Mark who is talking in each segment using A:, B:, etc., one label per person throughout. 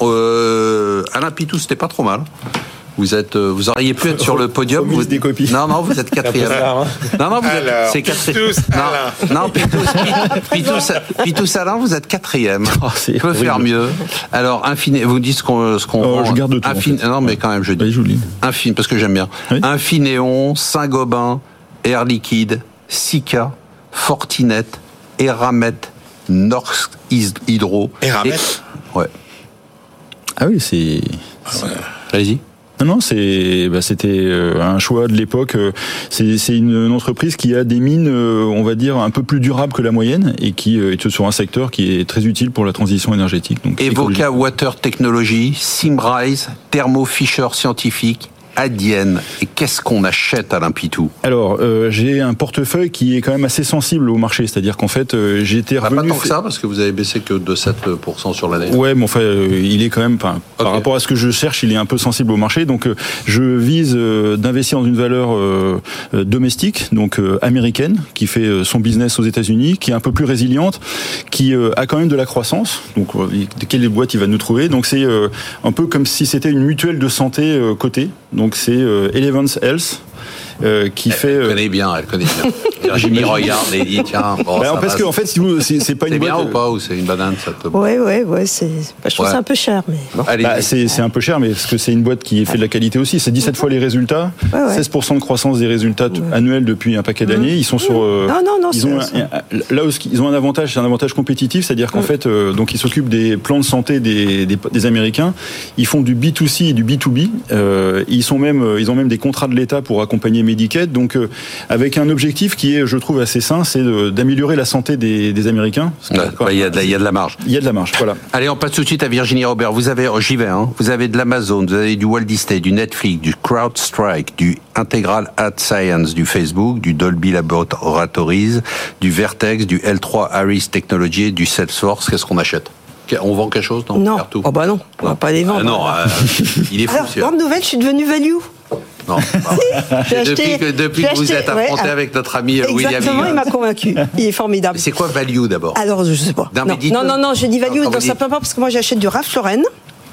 A: Euh, Alain Pitou, c'était pas trop mal. Vous êtes, euh, vous auriez pu être sur le podium.
B: Remise
A: Vous...
B: des copies.
A: Non, non, vous êtes quatrième.
B: hein.
A: Non, non, vous êtes,
C: Alors,
A: c'est quatrième.
C: Pitous,
A: Non, non, Pitous, Pitous, Pitous Alain, vous êtes quatrième.
B: Oh, c'est
A: On peut faire
B: horrible.
A: mieux. Alors, infini, vous dites ce qu'on, ce qu'on.
B: Oh,
A: rend-
B: je garde tout, en
A: infini-
B: fait.
A: Non, mais quand même, je dis.
B: Allez, je vous le dis.
A: Infini, parce que j'aime bien.
B: Oui.
A: Infinéon, Saint-Gobain, Air Liquide, Sika, Fortinet, Eramet, Norsk Hyd- Hydro.
C: Eramet
A: Et- Ouais.
B: Ah oui, c'est.
A: Allez-y.
B: Non, non, c'est, bah, c'était euh, un choix de l'époque. Euh, C'est, c'est une, une entreprise qui a des mines, euh, on va dire, un peu plus durables que la moyenne et qui euh, est sur un secteur qui est très utile pour la transition énergétique. Donc, écologique.
A: Evoca Water Technology, Simrise, Thermo Fisher Scientifique, Adienne. Et qu'est-ce qu'on achète à l'impitou
B: Alors, euh, j'ai un portefeuille qui est quand même assez sensible au marché, c'est-à-dire qu'en fait, euh, j'étais
A: Bah, Pas
B: revenu.
A: tant que ça, parce que vous avez baissé que de 7% sur l'année.
B: Ouais, mais enfin, euh, il est quand même, enfin,
A: Ok.
B: par rapport à ce que je cherche, il est un peu sensible au marché. Donc, euh, je vise euh, d'investir dans une valeur euh, euh, domestique, donc euh, américaine, qui fait euh, son business aux États-Unis, qui est un peu plus résiliente, qui euh, a quand même de la croissance. Donc, euh, il- quelle boîte il va nous trouver Donc, c'est euh, un peu comme si c'était une mutuelle de santé euh, cotée. Donc, c'est euh, Elevance Health. euh, qui fait
A: Eh, Elle
B: euh,
A: connaît bien, elle connaît bien. J'y regarde et dit, tiens, bon,
B: Bah,
A: ça
B: parce
A: va,
B: qu'en fait, si vous- c'est c'est pas
A: c'est
B: une
A: bien
B: boîte. Oh.
A: ou pas, ou c'est une banane, ça te...
D: Ouais, ouais, ouais. C'est... bah, je trouve
A: Ouais.
D: ça un peu cher, mais bon.
A: Allez,
B: Bah, c'est c'est un peu cher, mais parce que c'est une boîte qui fait de la qualité aussi. C'est 17 fois les résultats,
D: Mm-hmm. Ouais, ouais.
B: 16% de croissance des résultats t- annuels depuis un paquet d'années. Ils sont sur. euh,
D: Mm. Non, non, non,
B: ils
D: c'est-
B: ont un-
D: c'est- Mm.
B: un- là où ce qu'ils- ils ont un avantage, c'est un avantage compétitif, c'est-à-dire qu'en fait, euh, donc ils s'occupent des plans de santé des, des, des Américains. Ils font du B2C et du B2B. Euh, ils sont même, euh, ils ont même des contrats de l'État pour accompagner Medicaid. Donc, euh, avec un objectif qui est, je trouve, assez sain, c'est de- d'améliorer la santé des, des Américains. Parce que,
A: Ouais, bah, Il y a de la- il y a de la marge.
B: il y a de la marge, voilà.
A: Allez, on passe tout de suite à Virginie Robert. Vous avez, oh, j'y vais, hein. vous avez de l'Amazon, vous avez du Walt Disney, du Netflix, du CrowdStrike, du Integral Ad Science, du Facebook, du Dolby Laboratories, du Vertex, du L3 Harris Technology, et du Salesforce. Qu'est-ce qu'on achète Qu- On vend quelque chose Non.
D: Non.
A: Partout.
D: Oh, bah non, on va pas les vendre.
A: Ah non, euh, il est fou,
D: Alors,
A: celui-là.
D: grande nouvelle, je suis devenue value.
A: Non, bah, Depuis
D: J'ai acheté-
A: que, depuis
D: j'ai
A: que vous
D: acheté-
A: êtes
D: ouais,
A: affronté
D: ah,
A: avec notre ami euh, William
D: Exactement, il
A: Higgins.
D: m'a convaincu. Il est formidable.
A: C'est quoi Value d'abord
D: Alors, je sais pas.
A: Non,
D: Non,
A: mais dites-le.
D: non, non, non, j'ai dit
A: Non,
D: value,
A: quand
D: donc
A: vous
D: ça
A: dites-
D: peut pas parce que moi j'achète du Ralph Lauren.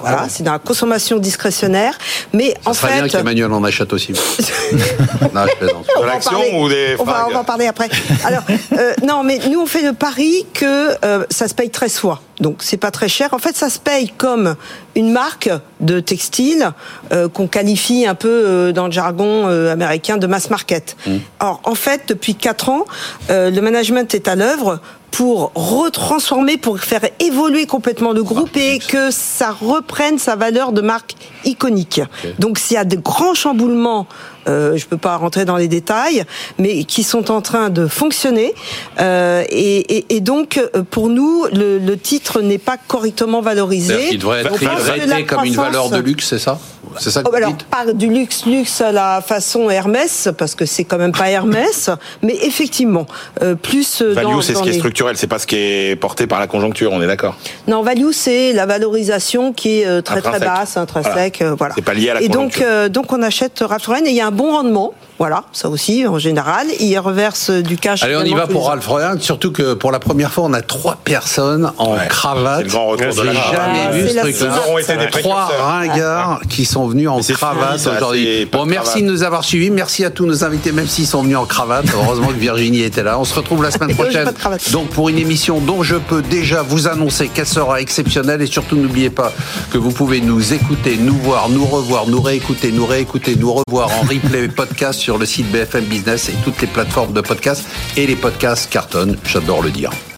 D: Voilà, c'est dans la consommation discrétionnaire. Mais
A: Ah. Ça
D: en
A: serait bien
D: fait.
A: qu'Emmanuel en achète aussi. non, je plaisante.
D: on va en
C: l'action
D: parler.
C: ou des
D: on va,
C: fringues
D: on va en parler après. Alors, euh, non, mais nous, on fait le pari que euh, ça se paye très fois. Donc, c'est pas très cher. En fait, ça se paye comme une marque de textile euh, qu'on qualifie un peu euh, dans le jargon euh, américain de mass market.
C: Mmh.
D: Or, en fait, depuis quatre ans, euh, le management est à l'œuvre pour retransformer, pour faire évoluer complètement le groupe
A: Ah,
D: et que ça reprenne sa valeur de marque iconique. Donc s'il y a de grands chamboulements, euh, je peux pas rentrer dans les détails, mais qui sont en train de fonctionner. Euh, et, et- et donc euh, pour nous, le, le titre n'est pas correctement valorisé.
A: Il devrait être
D: On pense que la
A: traité comme une
D: croissance-
A: valeur de luxe, c'est ça C'est ça que
D: Oh, bah
A: vous
D: alors,
A: dites
D: pas du luxe, luxe à la façon Hermès, parce que c'est quand même pas Hermès, mais effectivement, euh, plus euh, dans,
C: Value, c'est ce
D: dans
C: qui est
D: les-
C: structurel, c'est pas ce qui est porté par la conjoncture, on est d'accord.
D: Non, value, c'est la valorisation qui est euh, très très
C: Intrinsèque.
D: basse, intrinsèque. euh, Voilà.
C: C'est pas lié à la
D: Et donc,
C: conjoncture.
D: euh, donc on achète Ralph Lauren et il y a un bon rendement. Voilà, ça aussi en général. Il reverse euh, du cash.
A: Allez, on y
D: finalement
A: va
D: tous
A: pour
D: les ans.
A: Ralph Lauren, surtout que pour la première fois, on a trois personnes en
C: Ouais. C'est
A: cravate.
C: le grand retour de la
A: J'ai
C: cravate.
D: Ah,
A: jamais vu
D: c'est
A: ce
D: la
A: truc-là.
D: Ils
C: auront été des
A: Trois
C: précurseurs.
A: ringards qui sont venus en
C: Mais c'est
A: cravate
C: fini, ça,
A: aujourd'hui.
C: c'est pas
A: Bon,
C: de
A: merci
C: cravate.
A: de nous avoir suivis. Merci à tous nos invités, même s'ils sont venus en cravate. Heureusement que Virginie était là. On se retrouve la semaine
D: J'ai pas de
A: prochaine.
D: cravate.
A: Donc, pour une émission dont je peux déjà vous annoncer qu'elle sera exceptionnelle. Et surtout, n'oubliez pas que vous pouvez nous écouter, nous voir, nous revoir, nous réécouter, nous réécouter, nous revoir en replay podcast sur le site BFM Business et toutes les plateformes de podcast. Et les podcasts cartonnent. J'adore le dire.